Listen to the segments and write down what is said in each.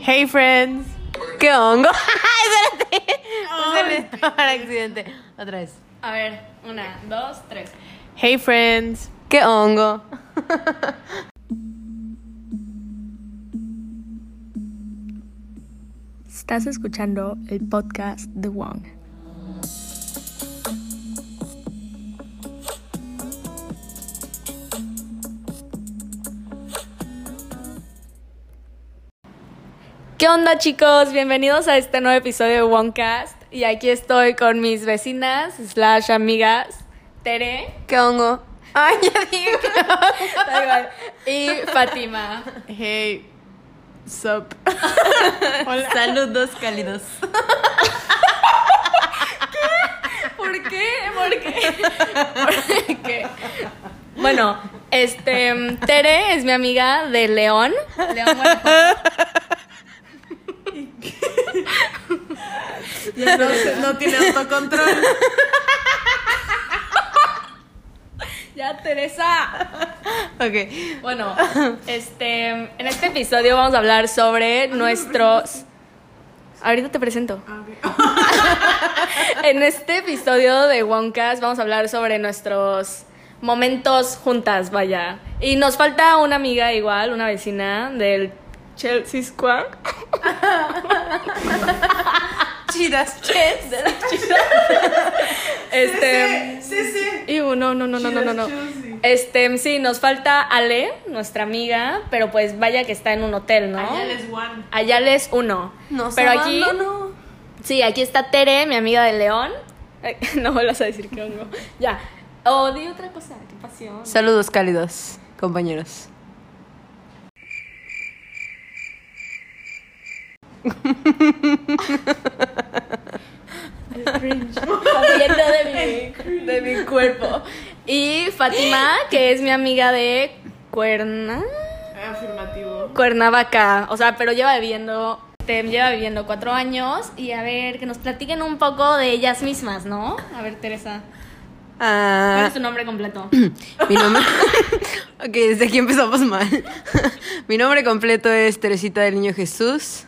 Hey friends. ¿Qué hongo? ¡Ay, espérate! Se me estaba el accidente. Otra vez. A ver, una, dos, tres. Hey friends. ¿Qué hongo? Estás escuchando el podcast de Wong. ¿Qué onda, chicos? Bienvenidos a este nuevo episodio de Onecast. Y aquí estoy con mis vecinas, slash amigas, Tere, ¿Qué hongo? Ay, ya dije que da igual, y Fátima. Hey. Sup. Saludos cálidos. ¿Por qué? ¿Por qué? ¿Por qué? Bueno, este, Tere es mi amiga de León. León, Guanajuato. No, no tiene autocontrol. ¡Ya, Teresa! Ok. Bueno, este, en este episodio vamos a hablar sobre nuestros... Ahorita te presento. Ah, en este episodio de Woncast vamos a hablar sobre nuestros momentos juntas, vaya. Y nos falta una amiga igual, una vecina del Chelsea Square. Chidas. Este, Sí, sí. y uno, no, no, no, no, no, no. Chelsea. Este, sí, nos falta Ale, nuestra amiga, pero pues vaya que está en un hotel, ¿no? one. Ayala es uno. Nos pero aquí, abandonó. sí, aquí está Tere, mi amiga de León. Ay, No vuelvas a decir que hongo. Ya. Oh, di otra cosa, qué pasión. Saludos cálidos, compañeros. Saliendo de mi, de mi cuerpo. Y Fátima, que es mi amiga de Cuerna, Afirmativo. Cuernavaca. O sea, pero lleva viviendo, te lleva viviendo cuatro años. Y a ver, que nos platiquen un poco de ellas mismas, ¿no? A ver, Teresa, ¿cuál Ah, es tu nombre completo? mi nombre. ok, desde aquí empezamos mal. mi nombre completo es Teresita del Niño Jesús.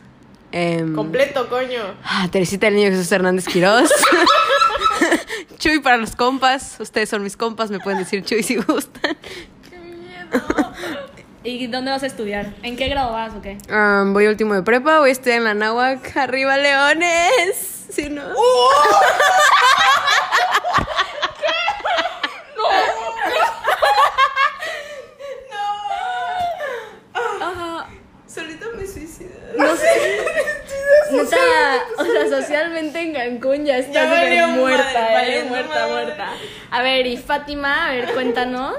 Em, Completo, coño. Ah, Teresita del Niño Jesús Hernández Quirós. Chuy para los compas. Ustedes son mis compas, me pueden decir Chuy si gustan. ¿Y dónde vas a estudiar? ¿En qué grado vas o qué? Am, voy último de prepa, voy a estudiar en la náhuac. ¡Arriba, leones! Si no. Solita me suicida. No sé. Neta, o sea, socialmente en Cancún ya está Ya súper valió madre, muerta, eh, valiendo muerta, madre. muerta. A ver, y Fátima, a ver, cuéntanos.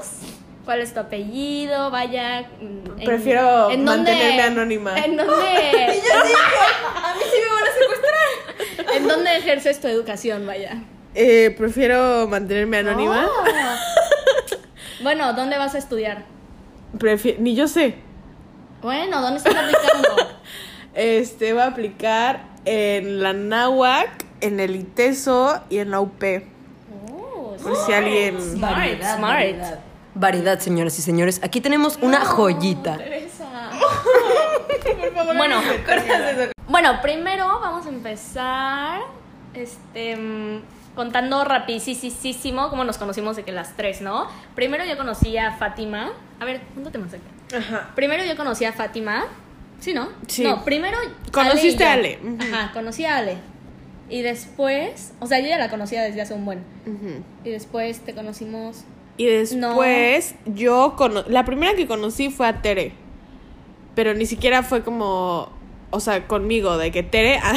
¿Cuál es tu apellido? Vaya. mm, en- Prefiero ¿en dónde- mantenerme anónima. ¿En dónde? a mí sí me van a secuestrar. ¿En dónde ejerces tu educación? Vaya. Eh, prefiero mantenerme anónima. Oh. Bueno, ¿dónde vas a estudiar? Prefi- Ni yo sé. Bueno, ¿dónde estás aplicando? Este va a aplicar en la NAWAC, en el ITESO y en la UP. Oh, Por si alguien. smart, smart. Variedad, señoras y señores. Aquí tenemos una joyita. Teresa. Por favor, Bueno, alguien- Bueno, primero vamos a empezar este mm, contando rapidísimo cómo nos conocimos de que las tres, ¿no? Primero yo conocí a Fátima. A ver, júntate más acá. Ajá. Primero yo conocí a Fátima. ¿Sí, no? Sí. No, primero Ale y Conociste yo. a Ale. Ujú. Ajá, conocí a Ale. Y después, o sea, yo ya la conocía desde hace un buen. Ujú. Y después te conocimos. Y después yo cono- la primera que conocí fue a Tere. Pero ni siquiera fue como o sea, conmigo de que Tere ah,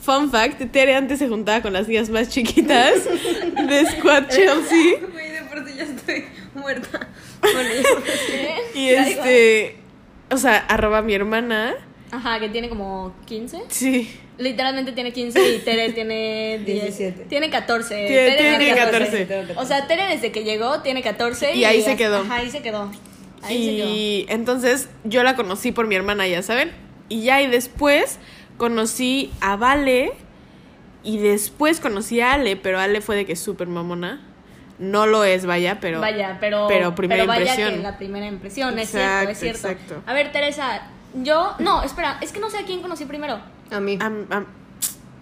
fun fact, Tere antes se juntaba con las niñas más chiquitas de Squad Chelsea Güey, de por sí ya estoy muerta. y este o sea, arroba mi hermana. Ajá, que tiene como 15. Sí. Literalmente tiene 15 y Tere tiene 10. 17. Tiene 14. Tiene- tiene 14. O sea, Tere desde que llegó tiene 14. Y ahí se quedó. Ajá, ahí se quedó. Ahí se quedó. y entonces yo la conocí por mi hermana, ya saben. Y ya y después conocí a Vale y después conocí a Ale, pero Ale fue de que súper mamona. No lo es, vaya, pero vaya, pero. pero primera vaya impresión. que la primera impresión, Exacto, es cierto, es cierto. exacto. A ver, Teresa, Yo, no, espera, es que no sé a quién conocí primero. A mí. A, a- Ah,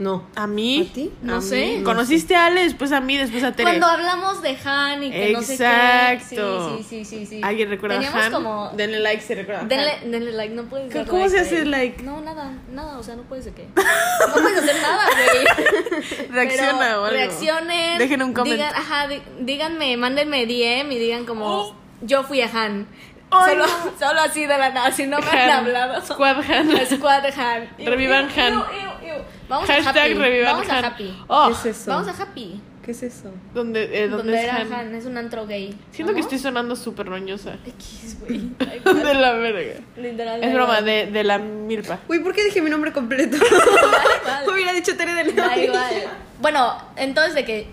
No. a mí. ¿A ti? No A mí, sé. no. Conociste a Ale, después a mí, después a Tere. Cuando hablamos de Han y que Exacto. no sé qué. Sí, sí, sí, sí, sí. ¿Alguien recuerda Teníamos a Han? como... Denle like si recuerda a Han. Denle, denle like, no puedes ¿Cómo- dar cómo se a hace él. like? No, nada, nada, o sea, no puedes de qué. No puedes hacer nada, güey. Reacciona Pero o algo. Reaccionen. Dejen un comment. Digan, ajá, di- díganme, mándenme DM y digan como, Oh. yo fui a Han. Ay, solo, solo así de la nada, si no me han Han. hablado. Squad Han. Squad Han. Iu, Revivan iu, Han. iu, iu, iu. Vamos a Happy. Hashtag revivan Vamos Han. a Happy. Oh, ¿Qué es eso? Vamos a Happy. ¿Qué es eso? donde, eh, donde Donde es era Han. Han. es un antro gay. Siento que ¿no? estoy sonando súper roñosa. X, güey. de la verga. Literal. Es broma, de, de la milpa. Uy, ¿por qué dije mi nombre completo? igual. Hubiera dicho Tere de Da León. igual. Bueno, entonces de que.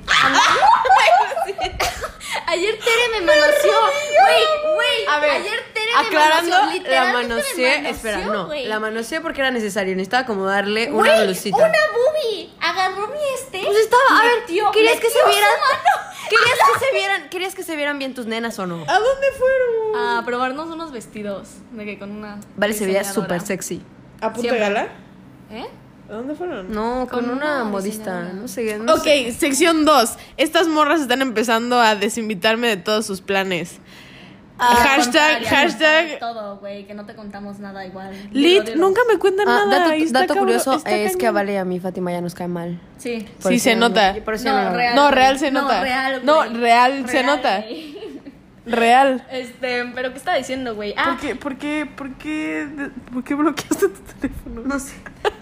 ayer Tere me manoseó. Güey, güey. A ver, ayer Tere aclarando, me manoseó. la literalmente me manoseé, manoseó, espera, no, güey. la manoseé porque era necesario, necesitaba como darle Güey, una blusita. Una boobie. Agarró mi este. Pues estaba, a ver, metió- ¿querías que se metió su vieran? mano. ¿Querías que se vieran, querías que se vieran bien tus nenas o no? ¿A dónde fueron? Ah, A probarnos unos vestidos. De que con una. Vale, se veía diseñadora. súper sexy. ¿A Punta siempre. Gala? ¿Eh? ¿A dónde fueron? No, con, Con una, una modista, diseñadora. no sé, no Ok, sé. sección 2. Estas morras están empezando a desinvitarme de todos sus planes. Ah, hashtag, Contraria, hashtag. Todo, güey, que no te contamos nada igual. Dilo, Lit, dilo. nunca me cuentan Ah, nada. dato y está dato cabrón, curioso está es que a cañón. Vale y a mí Fátima ya nos cae mal. Sí. Por Sí, eso se ya no- nota. por eso ya no- No, real se nota. No, real, No, güey. real se nota. güey. Real. Este, pero ¿qué está diciendo, güey? Ah, ¿Por qué, por qué, por qué, de- por qué bloqueaste tu teléfono? No sé.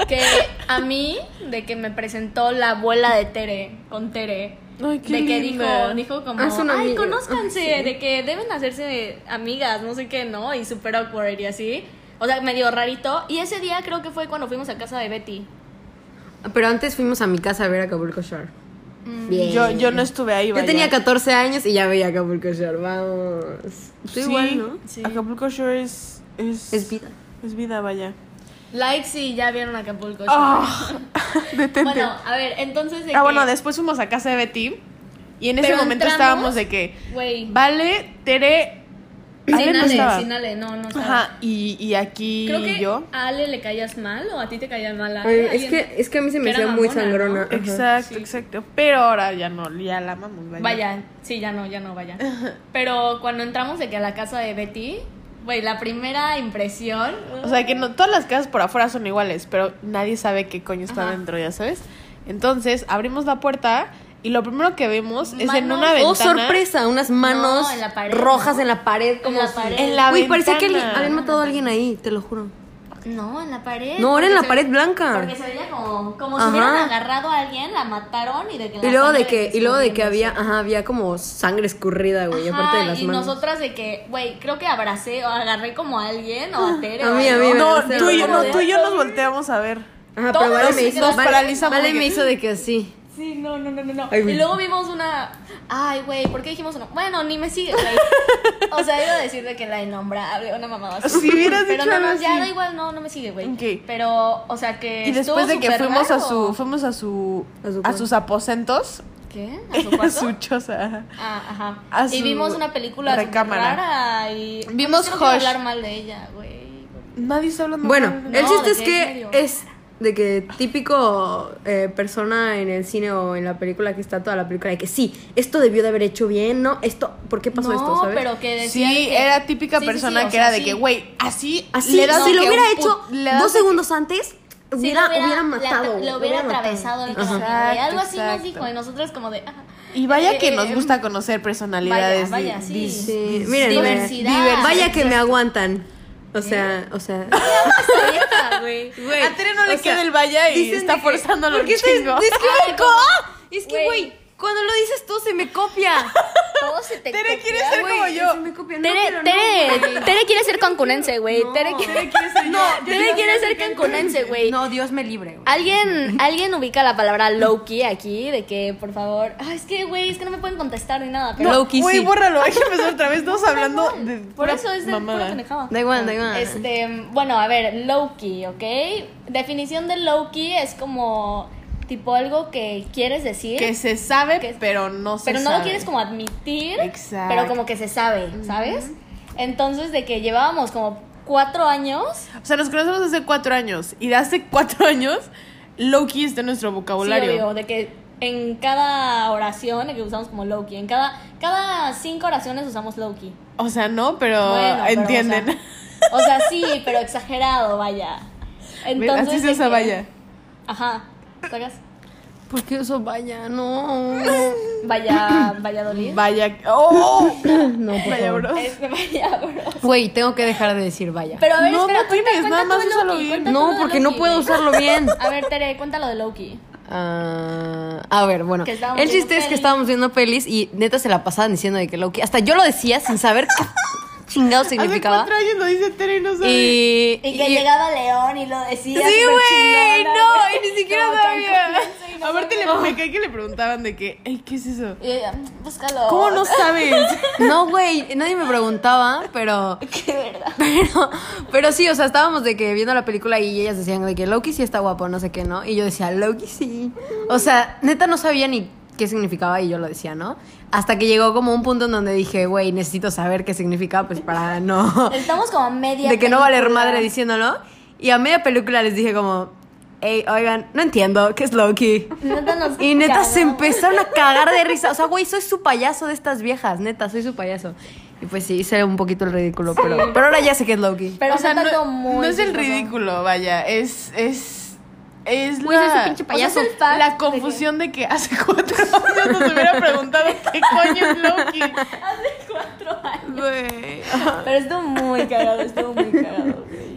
que a mí, de que me presentó la abuela de Tere, con Tere. Ay, qué de que linda. dijo, dijo como, Ah, es una ay, amiga". conózcanse, Ah, sí. de que deben hacerse amigas, no sé qué, ¿no? Y super awkward y así. O sea, medio rarito. Y ese día creo que fue cuando fuimos a casa de Betty. Pero antes fuimos a mi casa a ver Acapulco Shore. Mm. Bien. Yo, yo no estuve ahí. Yo vaya. tenía 14 años y ya veía Acapulco Shore, vamos. Tú Sí, igual, ¿no? Sí. Acapulco Shore es, es. Es vida. Es vida, vaya. Like si ya vieron Acapulco. Ah, detente. bueno, a ver, entonces de ah, que- bueno, después fuimos a casa de Betty. Y en ese Pero momento entramos, estábamos de que. Güey. Vale, Tere. Ale Sin no Ale, estaba. sin Ale, no, no estaba. Ajá, y, y aquí Creo que yo. a Ale le caías mal o a ti te caías mal. a Ay, Ale, es, que, es que a mí se me que era hacía muy mamona, sangrona. ¿no? ajá. Exacto, exacto. Pero ahora ya no, ya la amamos. Vaya. Vaya, sí, ya no, ya no, vaya. Pero cuando entramos de que a la casa de Betty, güey, la primera impresión. O sea, que no, todas las casas por afuera son iguales, pero nadie sabe qué coño está Ajá. adentro, ya sabes. Entonces, abrimos la puerta y lo primero que vemos es en Manos. una ventana. Oh, sorpresa, unas manos No, en la pared, rojas ¿no? en la pared, como la si- pared. En la Uy, ventana. parecía que alguien- habían matado a alguien ahí, te lo juro. No, en la pared. No, era en porque la se- pared blanca. Porque se veía como, como Ajá. si hubieran agarrado a alguien, la mataron y de que. la Y luego de sangre que, y luego de que había, escurriéndose. ajá, había como sangre escurrida, güey, Ajá, aparte de las y manos. nosotras de que, güey, creo que abracé o agarré como a alguien o a Tere. a o mí, a algo. mí, No, Sí, tú y yo, no, sí. tú y yo nos volteamos a ver. Ajá, Todos pero Vale nos- me hizo, nos vale, paraliza Vale porque- me hizo de que así. Sí, no, no, no, no, no. Ay, y güey. luego vimos una. Ay, güey, ¿por qué dijimos no? Bueno, ni me sigue, güey. O sea, iba a decir de que la innombrable, una mamada así. Si hubieras Pero dicho no, no, algo ya así. da igual, no, no me sigue, güey. Ok. Pero, o sea que. Y después estuvo de que súper fuimos a raro. su, fuimos a su, ¿A su a cuarto? sus aposentos, ¿Qué? ¿A su a cuarto? su choza. Ah, ajá. a y su vimos una película súper recámara. rara y. Vimos no, no quiero Hush. hablar mal de ella, güey. Nadie está hablando. Bueno, mal. el No, chiste de es que es que medio- es de que típico eh, persona en el cine o en la película que está toda la película de que sí, esto debió de haber hecho bien, ¿no? Esto, ¿por qué pasó no, esto, sabes? pero que decía. Sí, que... era típica Sí, sí, sí, persona o que sea, era de sí. que, güey, así, Así, le das si de lo que hubiera un hecho put- le das dos de que- segundos antes, Sí, hubiera, lo hubiera, la- matado. lo hubiera atravesado el Ajá. coche, güey. Algo así Exacto, nos dijo y nosotros como de... ah, Y vaya eh, que nos eh, gusta conocer personalidades vaya, vaya, di- sí. dis- Sí, dis- miren, Diversidad. miren, vaya que me Exacto. ¿Eh? aguantan. O sea, o sea, esta vieja, güey. güey, a Tere no le o queda sea, el vaya y dicen de está que- forzándolo un porque se- chingo. Es que, Ay, me como- co- es que, Güey. güey, cuando lo dices tú se me copia. Todo se te Tere quiere copia, ser güey. como yo. Se me copia, no, Tere, pero no, Tere, güey. Tere quiere ser cancunense, güey. No. Tere quiere, Tere quiere ser yo. Tere quiere ser cancunense, güey. No, Dios me libre, Ah, güey. ¿Alguien, alguien ubica la palabra low-key aquí, de que, por favor... Ah, es que, güey, es que no me pueden contestar ni nada, pero... No, Low-key Güey, sí. bórralo, hay que empezar otra vez. Estamos hablando Mal. de Por pura eso es de pura mamada. pendejada. Da igual, da igual. Este, bueno, a ver, low-key, ¿ok? Definición de low-key es como tipo algo que quieres decir, Que se sabe, Que- pero no se pero no sabe. lo quieres como admitir, Exacto. pero como que se sabe, ¿sabes? Entonces, de que llevábamos como cuatro años. O sea, nos conocemos hace cuatro años. Y de hace cuatro años, Loki está en nuestro vocabulario. Sí, obvio, de que en cada oración de que usamos como Loki, en cada, cada cinco oraciones usamos Loki. O sea, no, pero Bueno, pero, entienden. o, sea, o sea, sí, pero exagerado, vaya. Mira, Entonces, Así se de usa que- vaya. Ajá. ¿Sacas? ¿Por qué eso vaya? No. Vaya, Valladolid. Vaya. ¡Oh! No, por Vaya, favor. bro. Este, vaya, bro. Güey, tengo que dejar de decir vaya. Pero a ver, No, espera, no cuenta- tienes, cuenta nada tú más de úsalo Loki, bien. cuenta tú No, de porque no Loki, puedo güey. usarlo bien. A ver, Tere, cuéntalo de Loki. Ah, a ver, bueno. Que estábamos El chiste viendo es que pelis. estábamos viendo pelis y neta se la pasaban diciendo de que Loki. Hasta yo lo decía sin saber qué chingado Hace significaba. cuatro años lo dice Tere y no sabe. Y, Y que y- llegaba León y lo Sí, decía. súper güey, chingona, no, y güey. ni siquiera Como que sabía. confianza y no Aparte, le, sabía. me cae que le preguntaban de que, "Ey, ¿qué es eso? Y ella, búscalo. ¿Cómo no sabes? No, güey, nadie me preguntaba, pero, Qué verdad. pero, pero sí, o sea, estábamos de que viendo la película y ellas decían de que Loki sí está guapo, no sé qué, ¿no? Y yo decía, Loki sí. O sea, neta no sabía ni qué significaba y yo lo decía, ¿no? Hasta que llegó como un punto en donde dije, güey, necesito saber qué significa, pues para no... Estamos como a media. De que no valer película. madre diciéndolo. Y a media película les dije como, hey, oigan, no entiendo, ¿qué es Loki? Neta nos Y neta se cagamos. empezaron a cagar de risa. O sea, güey, soy su payaso de estas viejas, neta, soy su payaso. Y pues sí, hice un poquito el ridículo, pero, pero ahora ya sé que es Loki. Pero o sea, neta no, todo muy no es el chistoso. ridículo, vaya, es, es, es Güey, soy la, su pinche o sea, es payaso. el fact la confusión de que... hace cuatro años nos hubiera preguntado qué coño es Loki. Hace cuatro años. Güey. Pero estuvo muy cagado, estuvo muy cagado, güey.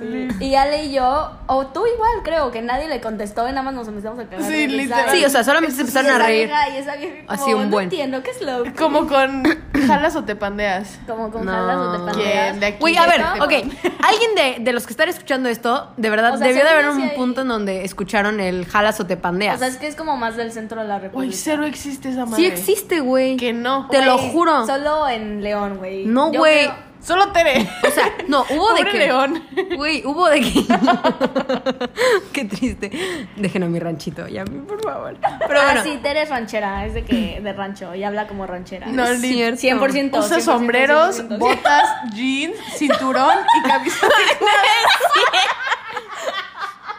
Sí. Y Ale y yo, o tú igual, creo que nadie le contestó y nada más nos empezamos a cagar. Sí, de risa. literal. Sí, o sea, solamente se Y esa empezaron a reír. vieja- y esa vieja como, Así un No buen. entiendo, ¿qué es Loki? Como con jalas o te pandeas. Como con No. jalas o te pandeas. ¿Quién? De este aquí. Güey, a ver, ¿no? ok. Alguien de, de los que están escuchando esto, de verdad, O sea, debió de haber seguro sí un hay- punto en donde escucharon el jalas o te O pandeas. sea, es que es como más del centro de la Güey, República. cero existe esa madre. sí existe, güey. Que no. Te lo Güey, juro. Solo en León, güey. No, Yo güey. creo- Solo Tere. O sea, no, hubo de Pobre que. león. Güey, hubo de que. Qué triste. Dejen a mi ranchito y a mí, por favor. Pero bueno. ah, sí, Tere es ranchera, es de que de rancho y habla como ranchera. No, Es li- cierto. 100%, Usa 100%, sombreros, 100%. botas, jeans, cinturón y camisa.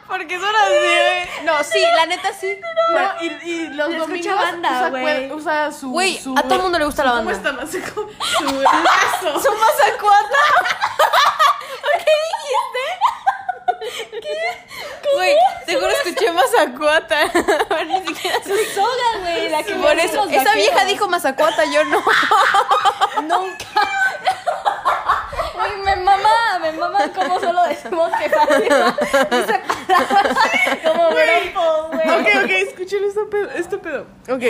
Porque son así. No, sí, la neta sí. No, y, y los Escucha domingos banda, usa, güey. cue- usa su. Güey, su- a todo el mundo le gusta su- la ¿cómo banda. están? Así como su lazo. Somos a cuatro. ¿Por qué dijiste? ¿Qué? Güey, seguro escuché Mazacuata. Ni siquiera Su soga, güey, la que Por usan eso. los Esa vaqueros. vieja dijo Mazacuata, yo no. Güey, me mamá, me mamá, como solo decimos que Fátima dice palabras como grupo, Ok, güey. ok, escuchen este pedo, este pedo. Ok.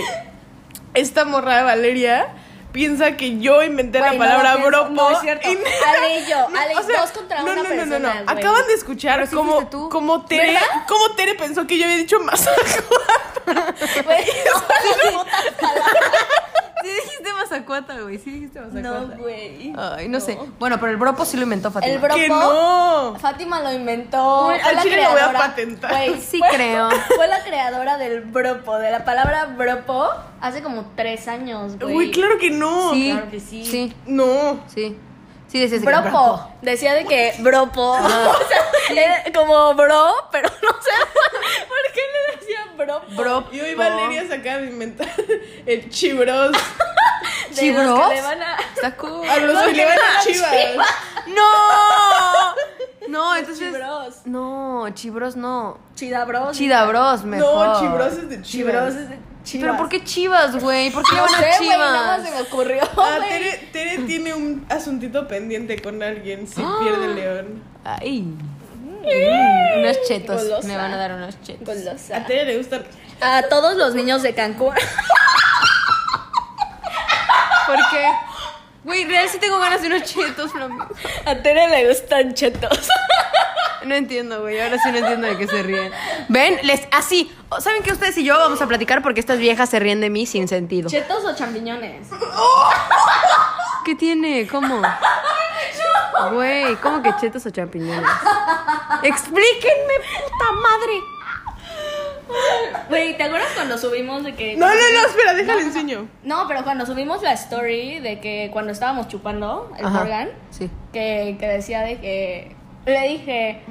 Esta morra de Valeria piensa que yo inventé Güey, la no lo palabra pienso, bropo. no es cierto. y neta, Ale y yo, Ale, o sea, dos contra una persona, güey. Acaban de escuchar sí cómo, fuiste tú. cómo Tere, cómo Tere pensó que yo había dicho masacuata. Güey, no, Sí dijiste Mazacuata, güey. Sí dijiste no, güey. Ay, no, sé. Bueno, pero el bropo sí lo inventó Fatima. El bropo. que no. Fátima lo inventó. Uy, fue al la chile lo voy a creadora. patentar. Güey, Sí fue- creo. Fue la creadora del bropo, de la palabra bropo, hace como tres años, güey. Uy, claro que no. Sí, claro que sí. Sí, No. sí. Sí, decías de que Bropo. Decía de que bropo. Ah. o sea, era como bro, pero no sé por qué le decía bropo. Bropo. Y hoy Valeria se acaba de inventar el chibros. De ¿Chibros? los que le van a- Está cool. A los que le van a chivas. ¡No! No, entonces. Chibros. No, chibros no. Chidabros. Chidabros mejor. No, chibros es de chivas. Chibros es de chivas. Pero ¿por qué chivas, güey? ¿Por qué le No van sé, a güey, nada más chivas? se me ocurrió, Ah, güey. Tere, Tere tiene un asuntito pendiente con alguien si pierde León. Ay. Mm, unos chetos. Golosa. Me van a dar unos chetos. Golosa. A Tere le gustan. A todos los niños de Cancún. ¿Por qué? Güey, real sí tengo ganas de unos chetos, Flami. A Tere le gustan chetos. No entiendo, güey. Ahora sí no entiendo de qué se ríen. Ven, les así. ¿Saben que ustedes y yo vamos a platicar porque estas viejas se ríen de mí sin sentido? ¿Chetos o champiñones? ¿Qué tiene? ¿Cómo? Güey, ¿cómo que chetos o champiñones? Explíquenme, puta madre. Güey, ¿te acuerdas cuando subimos de que... No, no, no, espera, déjale enseño. No, pero cuando subimos la story de que cuando estábamos chupando el Ajá, Morgan, Sí. que, que decía de que... Le dije...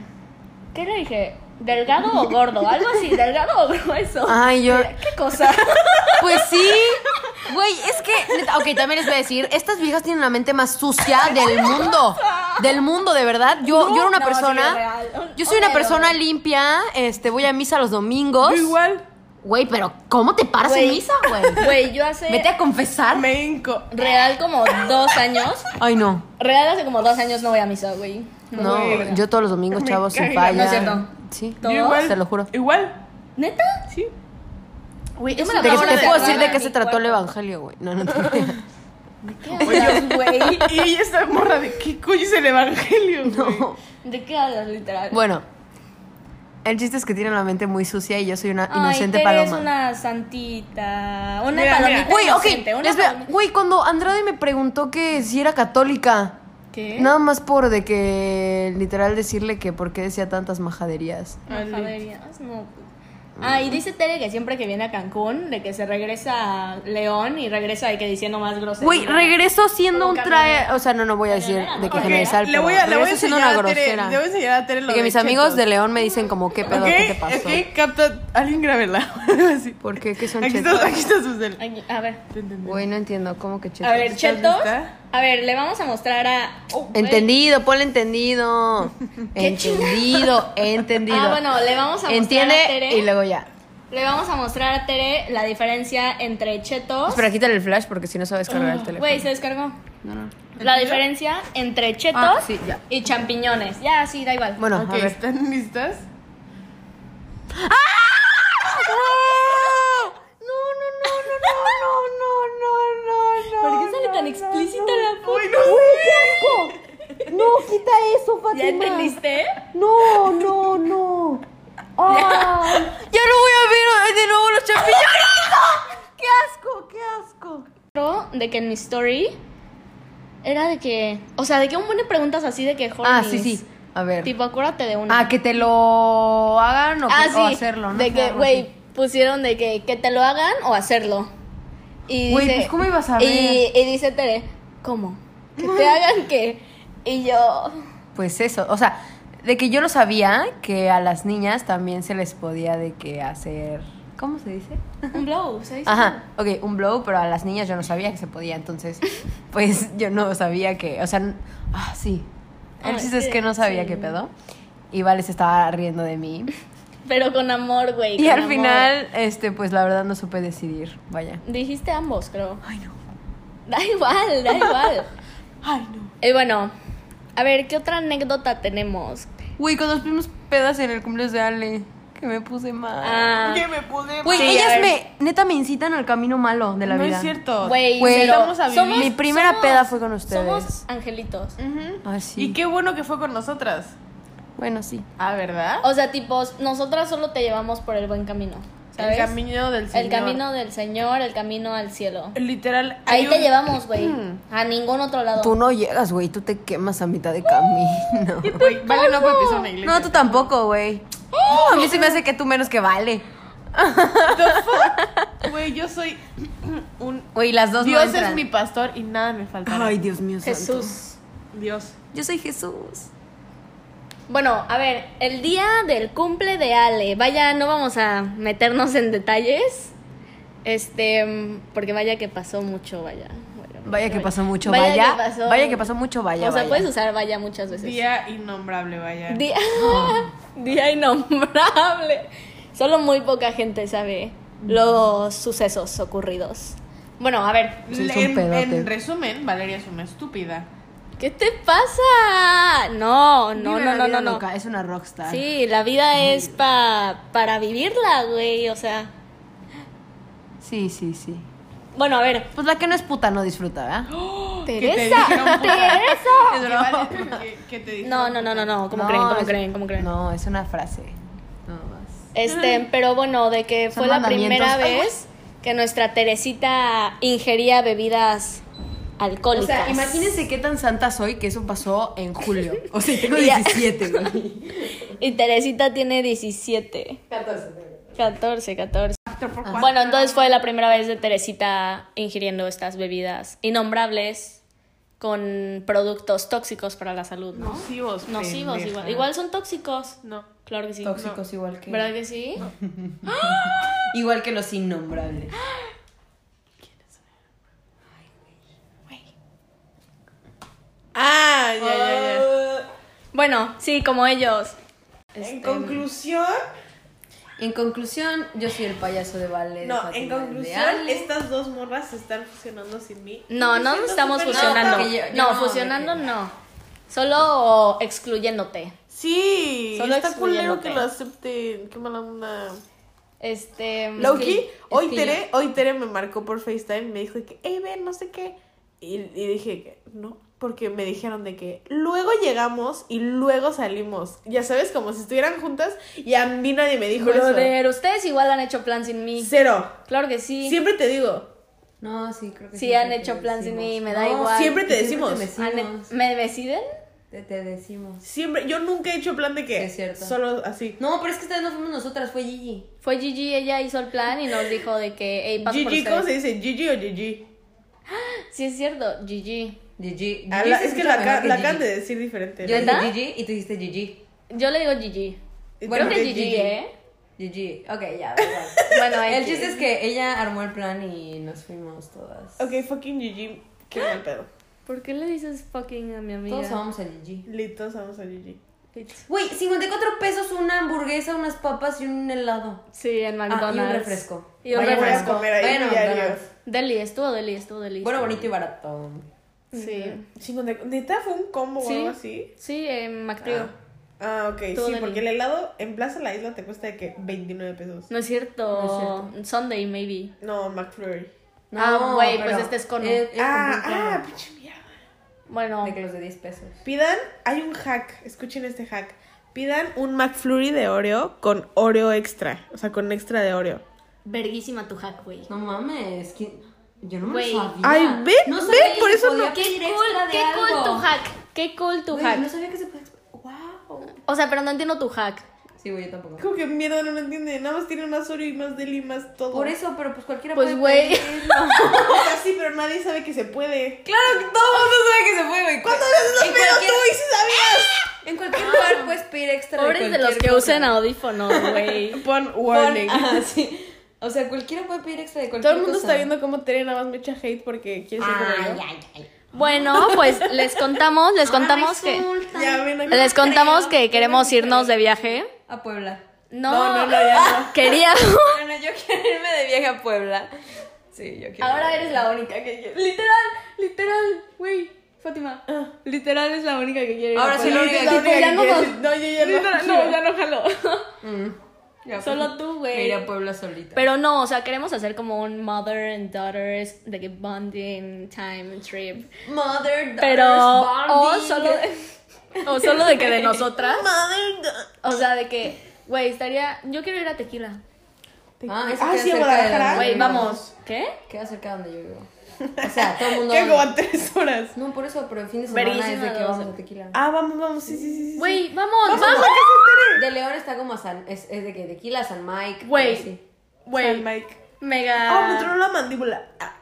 ¿Qué le dije? ¿Delgado o gordo? Algo así, delgado o grueso. Ay, yo- ¿Qué cosa? Pues sí. Güey, es que, neta, ok, también les voy a decir, estas viejas tienen la mente más sucia del mundo. Del mundo, de verdad. Yo, yo era una No, sí, es persona. real. Yo soy una Ok, persona ok. limpia, este, voy a misa los domingos. Yo igual Güey, pero ¿cómo te paras en Güey. misa, güey? Güey, yo hace... Vete a confesar. me hinco. Real como dos años. Ay, no. Real hace como dos años no voy a misa, güey. No, Güey. yo todos los domingos, Me chavos, sin caga, falla. no es cierto. Sí. Yo ¿Todos? igual. Te lo juro. Igual, ¿Neta? sí. Güey, es Te, una te de puedo decir de cerrada qué se trató el evangelio, güey. No, no te Oye, güey. Y esta morra de qué coño es el evangelio, güey? No. ¿De qué hablas, literal? Bueno, el chiste es que tienen la mente muy sucia y yo soy una Ay, inocente Tere paloma. es una santita. Una Mira, palomita mira. Güey, ok, inocente, una les veo- palomita- güey, cuando Andrade me preguntó que si era católica, ¿Qué? nada más por de que literal decirle que por qué decía tantas majaderías. Majaderías, no. Ah, y dice Tere que siempre que viene a Cancún, de que se regresa a León y regresa de que diciendo más grosería. Güey, regreso siendo Como un trae, o sea, no no voy a decir de que Ok, generalizar, le voy a, le pero voy a regreso siendo enseñar una a Tere, grosera. le voy a enseñar a Tere lo De que de mis amigos chetos. de León me dicen como qué pedo, Ok, qué te pasó. ok, capta, alguien grábela. Así. ¿Por qué qué son Aquí está, chetos? aquí está su cel. Ay, a ver, Te entendí. Güey, no entiendo cómo que chetos. a ver, ¿Estás Chetos. lista? A ver, le vamos a mostrar a. Oh, güey. Entendido, ponle entendido. Qué chingada. entendido, entendido. Ah, bueno, le vamos a mostrar a Entiende Tere. y luego ya. Le vamos a mostrar a Tere la diferencia entre Chetos. Espera, quítale el flash porque si no se va a descargar el teléfono. Güey, se descargó. No, no. La diferencia entre chetos Ah, sí, ya. y champiñones. Ya, sí, da igual. Bueno, Ok, a ver. ¿están listas? No, no, no, no, no, no, no, ¿Por qué sale tan explícita la foto? ¡Ay, no, no sé! no. No, quita eso, ¿Ya entendiste? No, no, no. Ya no voy a ver de nuevo los champiñones. ¡Qué asco, qué asco! Pero De que en mi story era de que. O sea, de que un buen de preguntas así de que Ah, hornies. sí, sí. A ver. Tipo, acuérdate de una. Ah, que te lo hagan o, que- Ah, o sí, hacerlo, ¿no? De O sea, que, algo güey, así. pusieron de que, que te lo hagan o hacerlo. Y Güey, dice- pues, ¿cómo ibas a Y, y dice Tere, ¿cómo? ¿Que te hagan qué? Y yo. Pues eso, o sea, de que yo no sabía que a las niñas también se les podía de que hacer. ¿Cómo se dice? Un blow, ¿sabes? Ajá, ok, un blow, pero a las niñas yo no sabía que se podía, entonces, pues yo no sabía que, o sea, n- ah, sí. El Ay, chiste es que no sabía sí. qué pedo. Y Vale se estaba riendo de mí. Pero con amor, güey. Y con al amor. final, este, pues la verdad no supe decidir. Vaya. Dijiste ambos, creo. Ay, no. Da igual, da igual. Ay, no. Y bueno, a ver, ¿qué otra anécdota tenemos? Güey, cuando nos fuimos pedas en el cumpleaños de Ale, que me puse mal. Ah, ¿Qué me puse? Güey, Sí, a ellas ver. me, neta, me incitan al camino malo de la no vida. es cierto. güey, Güey, pero vamos a vivir. somos- Mi primera somos- peda fue con ustedes. Somos angelitos. Ujú. Ah, sí. Y qué bueno que fue con nosotras. Bueno, sí. Ah, ¿verdad? O sea, tipo, nosotras solo te llevamos por el buen camino. ¿sabes? El camino del Señor. El camino del Señor, el camino al cielo. Literal. hay Ahí te un- llevamos, güey. A ningún otro lado. Tú no llegas, güey. Tú te quemas a mitad de camino. Güey, Vale, no fue piso en la iglesia. No, tú tampoco, güey. A mí se me hace que tú menos que vale. Güey, yo soy un... Güey, las dos no Dios es entran. mi pastor y nada me faltará. Ay, Dios mío santo. Jesús. Dios. Yo soy Jesús. Bueno, a ver, el día del cumple de Ale. Vaya, no vamos a meternos en detalles. Este, mm, porque vaya que pasó mucho, vaya. Bueno, Vaya que pasó mucho, vaya. Vaya que pasó, mucho, vaya. O sea, vaya. puedes usar vaya muchas veces. Día innombrable, vaya. Día, día innombrable. Solo muy poca gente sabe los sucesos ocurridos. Bueno, a ver, Sí, es un en, pedote. en resumen, Valeria es una estúpida. ¿qué te pasa? No, no, Vive no, la no, vida no, no. loca, Es una rockstar. Sí, la vida es pa, para vivirla, güey, o sea. sí, sí, sí. Bueno, a ver, Pues la que no es puta no disfruta, ¿verdad? Teresa, dijeron, puta. Teresa. Que Vale- que- que te dijeron, No, no, no, no, no, ¿cómo No, creen? ¿Cómo es- creen? ¿Cómo creen? No, es una frase. Nada más. Este, pero bueno, de que Son fue la mandamientos. primera Ay, güey. vez que nuestra Teresita ingería bebidas O alcohólicas. sea, imagínense qué tan santa soy que eso pasó en julio. O sea, tengo Y ya. 17, güey. Y Teresita tiene 17. 14. 14, 14. Bueno, entonces fue la primera vez de Teresita ingiriendo estas bebidas innombrables con productos tóxicos para la salud, ¿no? Nocivos, Nocivos, pendeja. igual. Igual son tóxicos. No. Claro que sí. Tóxicos igual que. ¿Verdad que sí? Igual que los innombrables. Ah, ya, ya, ya. Bueno, sí, como ellos. Este, En conclusión, En conclusión, yo soy el payaso de ballet. de No, en Fátima de conclusión, Ale. estas dos morras se están fusionando sin mí. No, Me no siento nos estamos súper- fusionando. porque yo- yo no, no, fusionando no. Solo excluyéndote. Sí, Solo está culero excluyéndote. que lo acepten. Qué mala onda. Este. Loki, hoy que Tere, hoy Tere me marcó por FaceTime y me dijo de que, hey, ven, no sé qué. Y, y dije que no, porque me dijeron de que luego llegamos y luego salimos. Ya sabes, como si estuvieran juntas y a mí nadie me dijo eso. Brother, ustedes igual han hecho plan sin mí. Cero. Claro que sí. Siempre te digo. No, sí, creo que Sí, siempre han te hecho plan sin decimos. mí, me da No, igual. siempre te decimos. Han- decimos. ¿Me deciden? Te, te decimos. Siempre, yo nunca he hecho plan de que Es cierto. solo así. No, pero es que esta vez no fuimos nosotras, fue Gigi. Fue Gigi, ella hizo el plan y nos dijo de que, hey, paso por Gigi, ¿cómo se ustedes. dice? Gigi o Gigi. Sí, es cierto, Gigi. Gigi. Ah, Gigi la- se es que escucha la, mejor aca- la Gigi. acaban de decir diferente. Yo ¿Verdad? dije Gigi y tú dijiste Gigi. Yo le digo Gigi. Y Creo tú que es dices Gigi, ¿eh? Gigi. Ok, ya, da igual. Bueno, El X. chiste es que ella armó el plan y nos fuimos todas. Ok, fucking Gigi. Qué mal pedo. ¿Por qué le dices fucking a mi amiga? Todos amamos a Gigi. Litos, vamos a Gigi. Güey, 54 pesos una hamburguesa, unas papas y un helado. Sí, en Ah, McDonald's. y un refresco. Y un Vayan a refresco. comer ahí Vayan a diario. McDonald's. Deli, estuvo deli, estuvo deli. Bueno, bonito y barato. Sí. 50, ¿Neta fue un combo o Sí. algo así? Sí, en MacPrío. Ah, ok. Todo sí, del- porque el helado en Plaza La Isla te cuesta de que 29 pesos. No es cierto. Sunday, maybe. No, McFlurry. Ah, güey, pero pues este es cono. él- él Ah, compró un cono ah, pinche mierda. Bueno, De que los de 10 pesos. Pidan, hay un hack, escuchen este hack. Pidan un McFlurry de Oreo con Oreo extra, o sea, con extra de Oreo. verguísima tu hack, güey. No mames, que yo no me Güey. lo sabía. Ay, ve, no ve, sabía que por se eso podía no- Qué pedir extra cool, de qué cool algo. tu hack. Qué cool tu Güey, hack. No sabía que se podía. Wow. O sea, pero no entiendo tu hack. Sí, güey, yo tampoco. Como que mierda, no lo entiende. Nada más tiene más Oreo y más deli y más todo. Por eso, pero pues cualquiera Pues, puede güey. pedirlo. O sea, sí, pero nadie sabe que se puede. Claro que todo el mundo sabe que se puede, güey. ¿Cuántas veces lo En pido cualquier- tú y si sabías? Ah. En cualquier lugar puedes pedir extra Pobres de los que usen audífonos, güey. Pon warning. Warning. Ah, sí. O sea, cualquiera puede pedir extra de Todo cualquier el mundo cosa. Ah, está viendo cómo Tere nada más me echa hate porque quiere ser como yo. Bueno, pues les contamos, les Ah, contamos que. Ya ven acá. Les contamos que queremos irnos de viaje. A Puebla. No, No, no, no, ya no. Queríamos. Bueno, yo quiero irme de viaje a Puebla. Sí, yo quiero. Ahora eres la única que quiere. Literal, literal, güey. Fátima, literal es la única que quiere. ir a Ahora soy Puebla. la única que quiere. ya no quiere nos- decir, No, yo ya no. Literal, quiero. No, ya no jalo. Ya, Solo pues, tú, Me iré a güey. Puebla solita. Pero no, o sea, queremos hacer como un mother and daughters, de que bonding time trip. Mother, Pero, o daughters, bonding. solo, o solo de que de nosotras. O sea, de que, güey, estaría. Yo quiero ir a tequila. Ah, eso Ah, queda sí, a cerca de Guadalajara. donde Güey, yo vamos. ¿Qué? vivo. Queda cerca de donde yo vivo. O sea, todo el mundo. Que como habla. a tres horas. No, por eso, pero el fin de semana es Verguísima, de que dos. vamos a tequila. Ah, vamos, vamos, sí, sí, sí. sí. Güey, vamos, vamos. De León está como a San. Es, es de que tequila, San Mike. Güey. algo así. San Güey, Mike. Ah, me mega. tronó la mandíbula. Ah,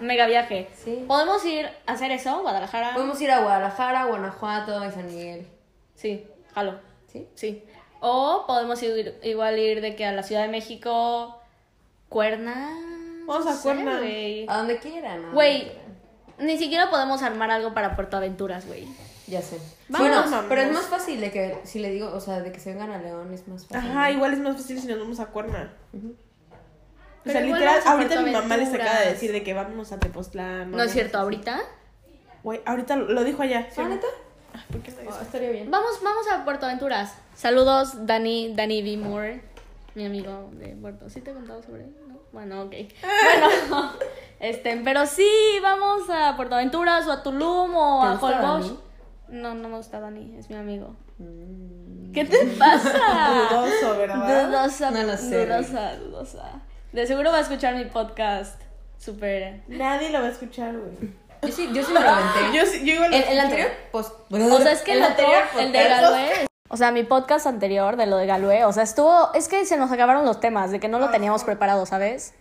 Mega viaje. Sí. ¿Podemos ir a hacer eso, Guadalajara? Podemos ir a Guadalajara, Guanajuato y San Miguel. Sí, jalo. ¿Sí? Sí. O podemos ir, igual ir de que a la Ciudad de México, Cuerna. Vamos a no sé, Cuerna. güey. A donde quieran. a donde Güey, quieran. ni siquiera podemos armar algo para Puerto Aventuras, güey. Ya sé. Vamos, bueno, vamos. pero es más fácil de que, si le digo, o sea, de que se vengan a León es más fácil. Ajá, igual es más fácil si nos vamos a Cuerna. O Pero sea, igual literal, vamos a ahorita mi mamá les acaba de Fuerteventuras. decir de que vámonos a Tepoztlán. No vámonos. es cierto, ahorita. Güey, ahorita lo, lo dijo allá. ¿sí? ¿Ah, neta? Ah, ¿Por qué no dice? estaría bien. Vamos, vamos a Puerto Aventuras. Saludos, Dani, Dani B. Moore, mi amigo de Puerto. ¿Sí te he contado sobre él? ¿No? Bueno, ok. Bueno, este, pero sí, vamos a Puerto Aventuras o a Tulum o ¿Te a gusta Holbox. Dani? No, no me gusta Dani, es mi amigo. ¿Qué te pasa? Ah. Dudoso, ¿verdad? dudosa, Mm. No lo sé. dudosa, dudosa. De seguro va a escuchar mi podcast. Super. Nadie lo va a escuchar, güey. Eh, Yo sí, yo sí me lo aventé. Yo, sí- yo igual lo el, el escucho. anterior post. O sea, es que el, otro, el de Galvez. O sea, mi podcast anterior de lo de Galué, o sea, estuvo. Es que se nos acabaron los temas, de que no lo teníamos preparado, ¿sabes?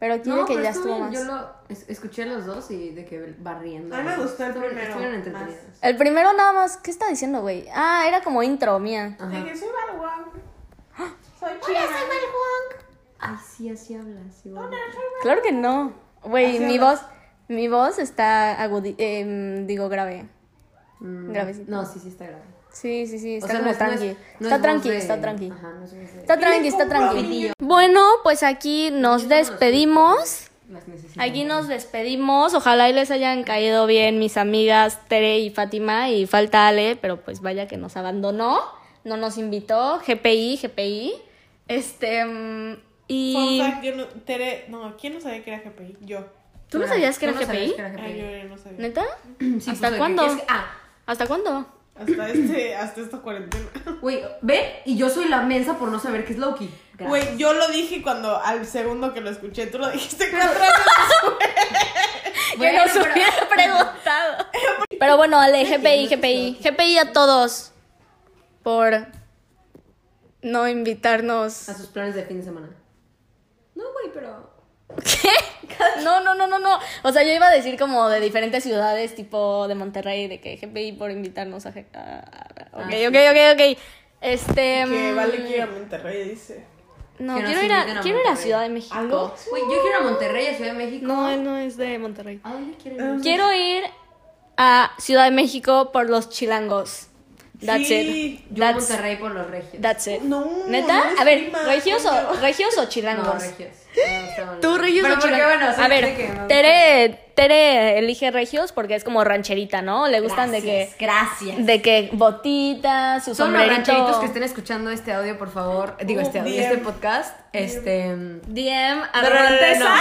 Pero aquí de que Ah, pero ya estuvo estuvo más. bien, Yo lo es- escuché los dos y de que barriendo. A mí me gustó el Estuvieron- primero Estuvieron más. entretenidos. El primero nada más. ¿Qué está diciendo, güey? Ah, era como intro mía. De que soy Balwang. Soy china. Ay, sí, así hablas. Sí, bueno. Claro que no. Güey, mi voz. Mi voz está agudi em, digo grave. Gravecita. Mm, No, sí, sí está grave. Sí, sí, sí, O está sea, como no es- no es- tranqui. no está es voz tranqui, de- está tranqui. Ajá, no es voz de- Está tranqui, está tranqui. Bueno, pues aquí nos despedimos. Las necesito. Aquí nos despedimos. Ojalá y les hayan caído bien mis amigas Tere y Fátima. Y falta Ale, pero pues vaya que nos abandonó. No nos invitó. GPI, GPI. Este. mm, Fun Y. fact, yo no, Tere, no, ¿quién no sabía que era GPI? Yo. ¿Tú no sabías que Tú era no sabías GPI? que era Ay, GPI. yo no sabía. ¿Neta? Sí, puso de ¿Hasta que- cuándo? es que- ah, ¿Hasta cuándo? Hasta este, hasta esta cuarentena. Güey, ve, y yo soy la mensa por no saber qué es Loki. Gracias. Güey, yo lo dije cuando al segundo que lo escuché, tú lo dijiste cuatro años. Bueno, que nos pero- hubiera preguntado. Pero bueno, Ale, GPI, GPI. GPI a todos por no invitarnos. A sus planes de fin de semana. No, güey, pero. ¿Qué? No, no, no, no, no. O sea, yo iba a decir como de diferentes ciudades, tipo de Monterrey, de que GPI por invitarnos a... G- a- a- Ok, ok, ok, ok. Este... Ah, Que mm, vale que ir a Monterrey, dice. No, Que nos quiero ir, a, inviten a quiero ir a Monterrey. Ciudad de México. ¿Algo? Güey, yo quiero ir a Monterrey, a Ciudad de México. No, él no es de Monterrey. Ah. ¿A dónde quieres ir? Quiero ir a Ciudad de México por los chilangos. That's Sí, it. Yo a That's, Monterrey por los regios. that's it. No, no ¿Neta? eres a ver, prima, ¿regios o, coño. regios o No, chilangos? regios. No, está Tú, mal. regios Pero o porque, chilangos? bueno, a ver, Tere, Tere elige regios porque es como rancherita, ¿no? Le gustan de que... Gracias. De que botitas, su Son los sombrerito. rancheritos que estén escuchando este audio, por favor. Digo, este audio, bien. este podcast. Este. DM No, no, arroba no, Tesa.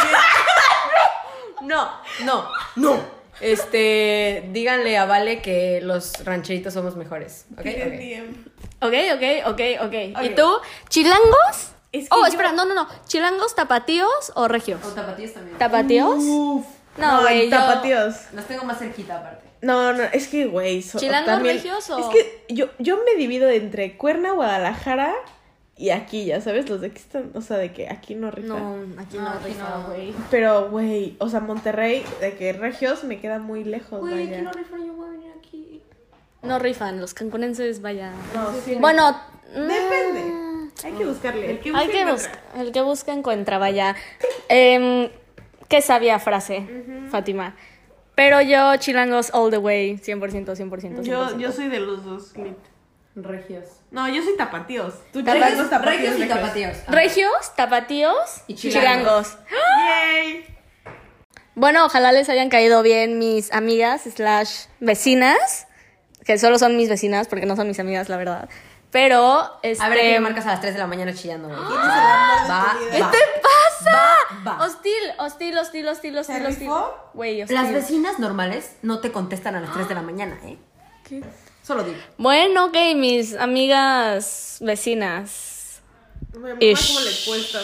No, no, no. Este, díganle a Vale que los rancheritos somos mejores. ¿ok? Miren, Ok. DM. Ok, ok, ok, ok. ¿Y tú? ¿Chilangos? Es que oh, yo- espera, no, no, no. ¿Chilangos, tapatíos o regios? O tapatíos también. ¿Tapatíos? Uh, Uf. No, güey, yo- Tapatíos. Los tengo más cerquita aparte. No, no, es que, güey. so- ¿Chilangos regios o- Es que yo, yo me divido entre Cuerna, Guadalajara y aquí, ya sabes, los de aquí están. O sea, de que aquí no rifa. aquí No, aquí rifa, no. güey. Pero, güey, o sea, Monterrey, de que regios me queda muy lejos. Güey, vaya. quiero rifar, yo voy a venir aquí. No rifan, los cancunenses, vaya. No, sí. Bueno, mm, Depende. Hay que buscarle. El que Hay que buscar. El que busca encuentra, vaya. Em, qué sabia frase, Fátima. Pero yo, chilangos all the way, 100%, 100%. 100%. Yo, yo soy de los dos, lit. Regios. No, yo soy tapatíos. Tú Regios, chilangos, tapatíos. regios y regios. tapatíos. Ah. Regios, tapatíos Y chilangos. chilangos. ¡Ah! Yay. Bueno, ojalá les hayan caído bien mis amigas slash vecinas, que solo son mis vecinas porque no son mis amigas, la verdad. Pero, este... A ver, aquí me marcas a las 3 de la mañana chillando, güey. Va, de tu Este ¿Qué vida? te pasa? Va, va. Hostil, hostil, hostil, hostil, hostil, hostil. rifó? Güey, hostil. Las vecinas normales no te contestan a las 3 de la mañana, ¿eh? Solo digo. Bueno, ok, mis amigas vecinas. Mi mamá Ish. cómo le cuesta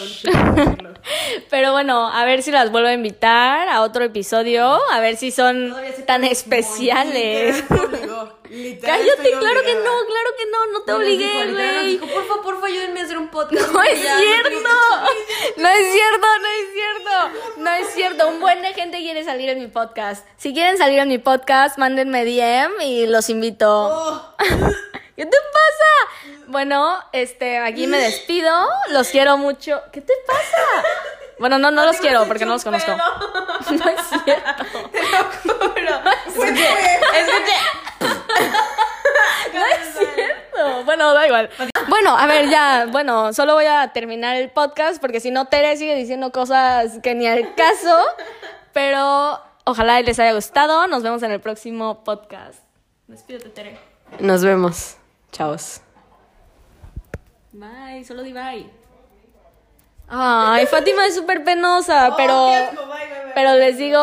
un chingo decirlo. Pero bueno, a ver si las vuelvo a invitar a otro episodio, a ver si son Todavía se tan ponen especiales. Literal me obligó, literal Cállate, estoy claro que no, obligada. claro que no, no te Nos obligué, dijo, literal, nos güey. dijo, Porfa, porfa, ayúdenme a hacer un podcast. No es Ya, no tengo cierto, no es cierto, no es cierto, no es cierto. Un buen de gente quiere salir en mi podcast. Si quieren salir en mi podcast, mándenme DM y los invito. ¿Qué te pasa? Bueno, este, aquí me despido. Los quiero mucho. ¿Qué te pasa? Bueno, no, no los quiero porque no los conozco. No es cierto. No, bueno, da igual. Pues, Bueno, a ver, ya, bueno, solo voy a terminar el podcast porque si no, Tere sigue diciendo cosas que ni al caso. Pero ojalá y les haya gustado. Nos vemos en el próximo podcast. Despídete, Tere. Nos vemos. Chaos. Bye, solo di bye. Ay, Fátima es súper penosa, pero, Oh, asco, bye, bye, bye. pero les digo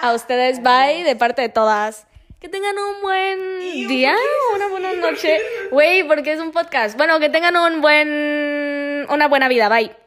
a ustedes bye de parte de todas. Que tengan un buen día, una buena noche. Güey, porque es un podcast. Bueno, que tengan un buen, una buena vida. Bye.